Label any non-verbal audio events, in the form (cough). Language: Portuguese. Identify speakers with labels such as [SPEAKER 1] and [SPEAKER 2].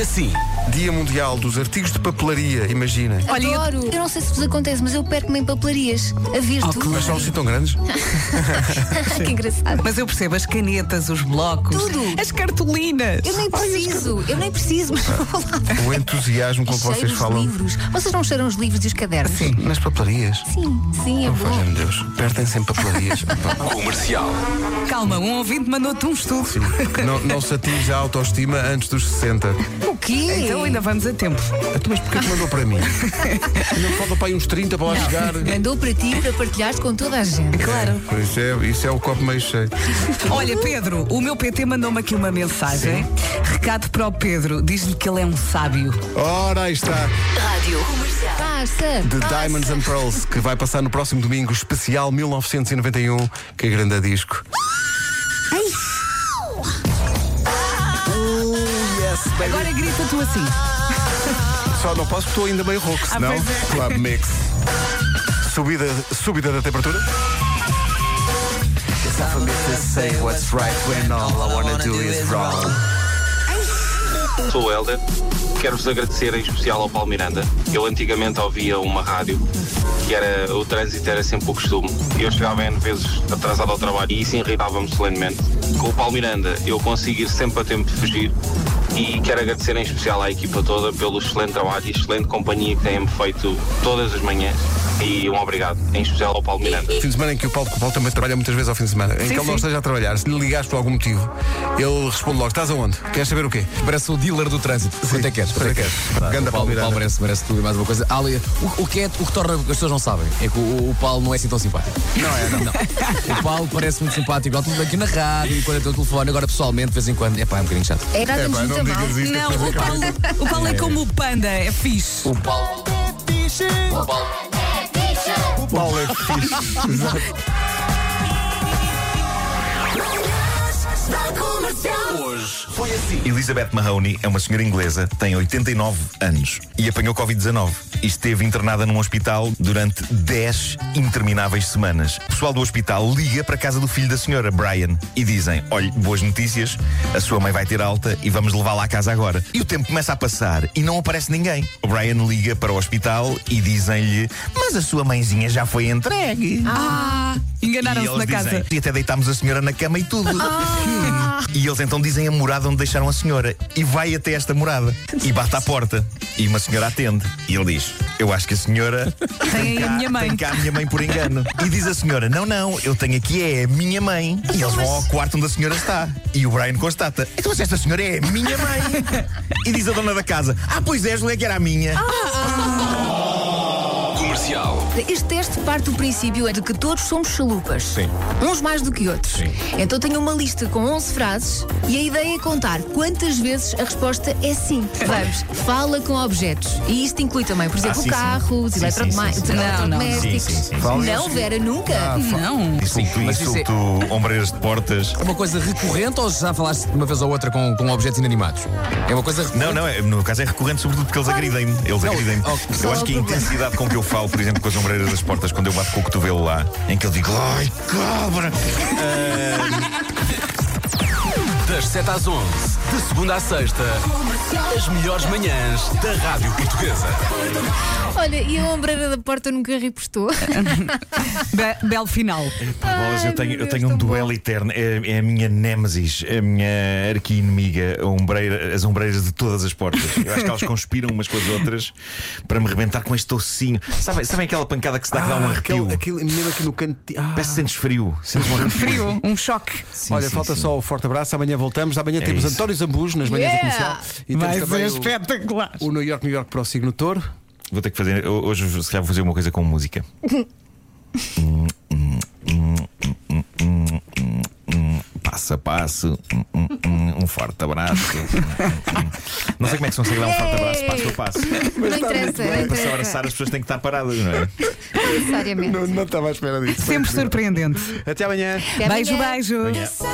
[SPEAKER 1] assim.
[SPEAKER 2] Dia Mundial dos Artigos de Papelaria, imagina.
[SPEAKER 3] Olha, eu-
[SPEAKER 4] Adoro. Eu não sei se vos acontece, mas eu perco-me em papelarias. A vir
[SPEAKER 3] Oh,
[SPEAKER 4] tu.
[SPEAKER 2] Mas
[SPEAKER 4] (laughs)
[SPEAKER 2] são assim tão grandes?
[SPEAKER 4] que engraçado.
[SPEAKER 3] Mas eu percebo as canetas, os blocos,
[SPEAKER 4] Tudo.
[SPEAKER 3] as cartolinas.
[SPEAKER 4] Eu nem preciso, eu nem preciso, mas vou lá.
[SPEAKER 2] O entusiasmo com que
[SPEAKER 4] Cheiro
[SPEAKER 2] vocês
[SPEAKER 4] os
[SPEAKER 2] falam.
[SPEAKER 4] livros. Vocês não cheiram os livros e os cadernos?
[SPEAKER 3] Sim.
[SPEAKER 2] Nas papelarias.
[SPEAKER 4] Sim, sim, é bom.
[SPEAKER 2] Valha-me Deus. Perdem-se em
[SPEAKER 4] (laughs)
[SPEAKER 2] papelarias.
[SPEAKER 1] Comercial.
[SPEAKER 3] Calma, um ouvinte mandou-te um estudo.
[SPEAKER 2] não, não se atinge a autoestima antes dos 60.
[SPEAKER 4] O quê?
[SPEAKER 3] (laughs) Então ainda vamos a tempo.
[SPEAKER 2] Então, mas porquê que mandou para mim? Ainda me falta para aí uns 30 para lá chegar.
[SPEAKER 4] Mandou para ti para partilhares com toda a gente.
[SPEAKER 3] Claro.
[SPEAKER 2] Isso é, isso é o copo meio cheio.
[SPEAKER 3] Olha, Pedro, o meu PT mandou-me aqui uma mensagem. Recado para o Pedro. Diz-lhe que ele é um sábio.
[SPEAKER 2] Ora, aí está.
[SPEAKER 4] Passa.
[SPEAKER 2] The Diamonds and Pearls, que vai passar no próximo domingo, especial 1991. Que grande disco.
[SPEAKER 3] Agora grita tu assim.
[SPEAKER 2] Só não posso porque estou ainda meio rouco, senão.
[SPEAKER 3] pois é.
[SPEAKER 2] Club Mix. Subida, subida da temperatura. It's hard for me to say what's right when all I wanna do is wrong.
[SPEAKER 5] Sou o Helder, quero-vos agradecer em especial ao Paulo Miranda. Eu antigamente ouvia uma rádio que era o trânsito era sempre o costume. Eu chegava N vezes atrasado ao trabalho e isso irritava-me solenemente. Com o Paulo Miranda eu consigo ir sempre a tempo de fugir e quero agradecer em especial à equipa toda pelo excelente trabalho e excelente companhia que têm-me feito todas as manhãs e um obrigado em especial ao Paulo Miranda.
[SPEAKER 2] Fim de semana em que o Paulo, o Paulo também trabalha muitas vezes ao fim de semana, em que ele não esteja a trabalhar, se lhe ligares por algum motivo, ele responde logo: estás aonde? Queres saber o quê?
[SPEAKER 6] Parece o dealer do trânsito. Quanto é que queres? Quanto é que queres?
[SPEAKER 2] Ganda
[SPEAKER 6] O Paulo,
[SPEAKER 2] Paulo
[SPEAKER 6] o Paulo
[SPEAKER 2] Miranda.
[SPEAKER 6] merece, merece tudo e mais uma coisa. Ah, Ali, o, o que é, o que torna o que as pessoas não sabem é que o, o Paulo não é assim tão simpático. Não é, não. O Paulo parece muito simpático. Ele tudo bem aqui na rádio, e quando eu tenho o telefone, agora pessoalmente, de vez em quando. É pá, é um bocadinho chato.
[SPEAKER 4] É, tratamos
[SPEAKER 2] pá,
[SPEAKER 4] muito Ah, a mal.
[SPEAKER 2] isto.
[SPEAKER 3] Não, é o Paulo, o Paulo é como o panda, é fixe.
[SPEAKER 6] O Paulo. O Paulo.
[SPEAKER 2] O Paulo é fixe. Exato.
[SPEAKER 7] Elizabeth Mahoney é uma senhora inglesa, tem 89 anos e apanhou Covid-19 e esteve internada num hospital durante 10 intermináveis semanas. O pessoal do hospital liga para a casa do filho da senhora, Brian, e dizem: Olhe, boas notícias, a sua mãe vai ter alta e vamos levá-la à casa agora. E o tempo começa a passar e não aparece ninguém. O Brian liga para o hospital e dizem-lhe: Mas a sua mãezinha já foi entregue.
[SPEAKER 3] Ah,
[SPEAKER 7] E
[SPEAKER 3] enganaram-se
[SPEAKER 7] eles
[SPEAKER 3] na
[SPEAKER 7] dizem,
[SPEAKER 3] casa. Ah.
[SPEAKER 7] E até deitámos a senhora na cama e tudo. (laughs) E eles então dizem a morada onde deixaram a senhora. E vai até esta morada. E bate à porta. E uma senhora atende. E ele diz: Eu acho que a senhora
[SPEAKER 3] Tem a
[SPEAKER 7] cá-
[SPEAKER 3] minha mãe.
[SPEAKER 7] tem cá a minha mãe por engano. E diz a senhora: Não, não, eu tenho aqui é a minha mãe. E eles vão ao quarto onde a senhora está. E o Brian constata: Então, se esta senhora é a minha mãe. E diz a dona da casa: Ah, pois é, Julia, que era a minha.
[SPEAKER 3] Ah.
[SPEAKER 1] Comercial.
[SPEAKER 4] Este teste parte do princípio é de que todos somos chalupas. Sim. Uns mais do que outros. Sim. Então tenho uma lista com 11 frases e a ideia é contar quantas vezes a resposta é
[SPEAKER 7] (laughs)
[SPEAKER 4] sim. Vamos, fala com objetos. E isto inclui também, por exemplo,
[SPEAKER 7] Ah, sim, sim.
[SPEAKER 4] carros,
[SPEAKER 7] Sim,
[SPEAKER 4] eletrodomé-
[SPEAKER 7] sim, sim, sim.
[SPEAKER 3] Não, não, não.
[SPEAKER 4] eletrodomésticos.
[SPEAKER 7] Sim, sim, sim.
[SPEAKER 4] Não, Vera, nunca.
[SPEAKER 3] Não.
[SPEAKER 7] Insulto,
[SPEAKER 6] mas isso é-
[SPEAKER 7] insulto, ombreiras de portas.
[SPEAKER 6] É uma coisa recorrente ou já falaste de uma vez ou outra com, com objetos inanimados? É uma coisa recorrente.
[SPEAKER 7] Não, não, é- no caso é recorrente, sobretudo porque eles agridem-me. Eles agridem-me.
[SPEAKER 6] oh,
[SPEAKER 7] Eu acho que a intensidade com que eu falo, por exemplo, com as ombreiras das portas, quando eu bato com o cotovelo lá, em que ele diz, ai, cobra!
[SPEAKER 1] Das 7 às 11, de segunda à sexta, as melhores manhãs da Rádio Portuguesa.
[SPEAKER 4] Olha, e a ombreira da porta nunca repostou.
[SPEAKER 3] Be- belo final.
[SPEAKER 7] Bolas, eu tenho,
[SPEAKER 4] meu
[SPEAKER 7] eu
[SPEAKER 4] Deus,
[SPEAKER 7] tenho um
[SPEAKER 4] tão bom.
[SPEAKER 7] duelo eterno. É, é a minha némesis, a minha arqui-inimiga, a ombreira- as ombreiras de todas as portas. Eu acho que elas conspiram umas com as outras para me rebentar com este tocinho. Sabem sabe aquela pancada que se dá que dá
[SPEAKER 4] Ah,
[SPEAKER 7] um arrepio?
[SPEAKER 2] Aquele, aquele menino aqui no canto. Ah.
[SPEAKER 7] Parece que sentes frio. Sentes um arrepio.
[SPEAKER 3] Frio, um choque.
[SPEAKER 7] Sim,
[SPEAKER 2] Olha,
[SPEAKER 7] sim,
[SPEAKER 2] falta
[SPEAKER 7] sim.
[SPEAKER 2] só o forte abraço. Amanhã voltamos. Amanhã temos
[SPEAKER 7] isso.
[SPEAKER 2] António Zambujo nas manhãs
[SPEAKER 4] Yeah!
[SPEAKER 2] da comercial. E temos também o,
[SPEAKER 3] espetacular.
[SPEAKER 2] o New York, New York para o signo touro.
[SPEAKER 7] Vou ter que fazer. Hoje, se calhar, vou fazer uma coisa com música. Passo a passo. Um forte abraço. Não sei como é que se consegue dar um forte abraço, passo a passo.
[SPEAKER 2] tá
[SPEAKER 4] não interessa. Não
[SPEAKER 7] Para se
[SPEAKER 4] interessa.
[SPEAKER 7] abraçar, as pessoas têm que estar paradas, não é?
[SPEAKER 4] Necessariamente.
[SPEAKER 2] não estava à espera disso.
[SPEAKER 3] Sempre surpreendente.
[SPEAKER 2] Até amanhã.
[SPEAKER 4] Até
[SPEAKER 3] Beijo,
[SPEAKER 4] amanhã.
[SPEAKER 3] beijo.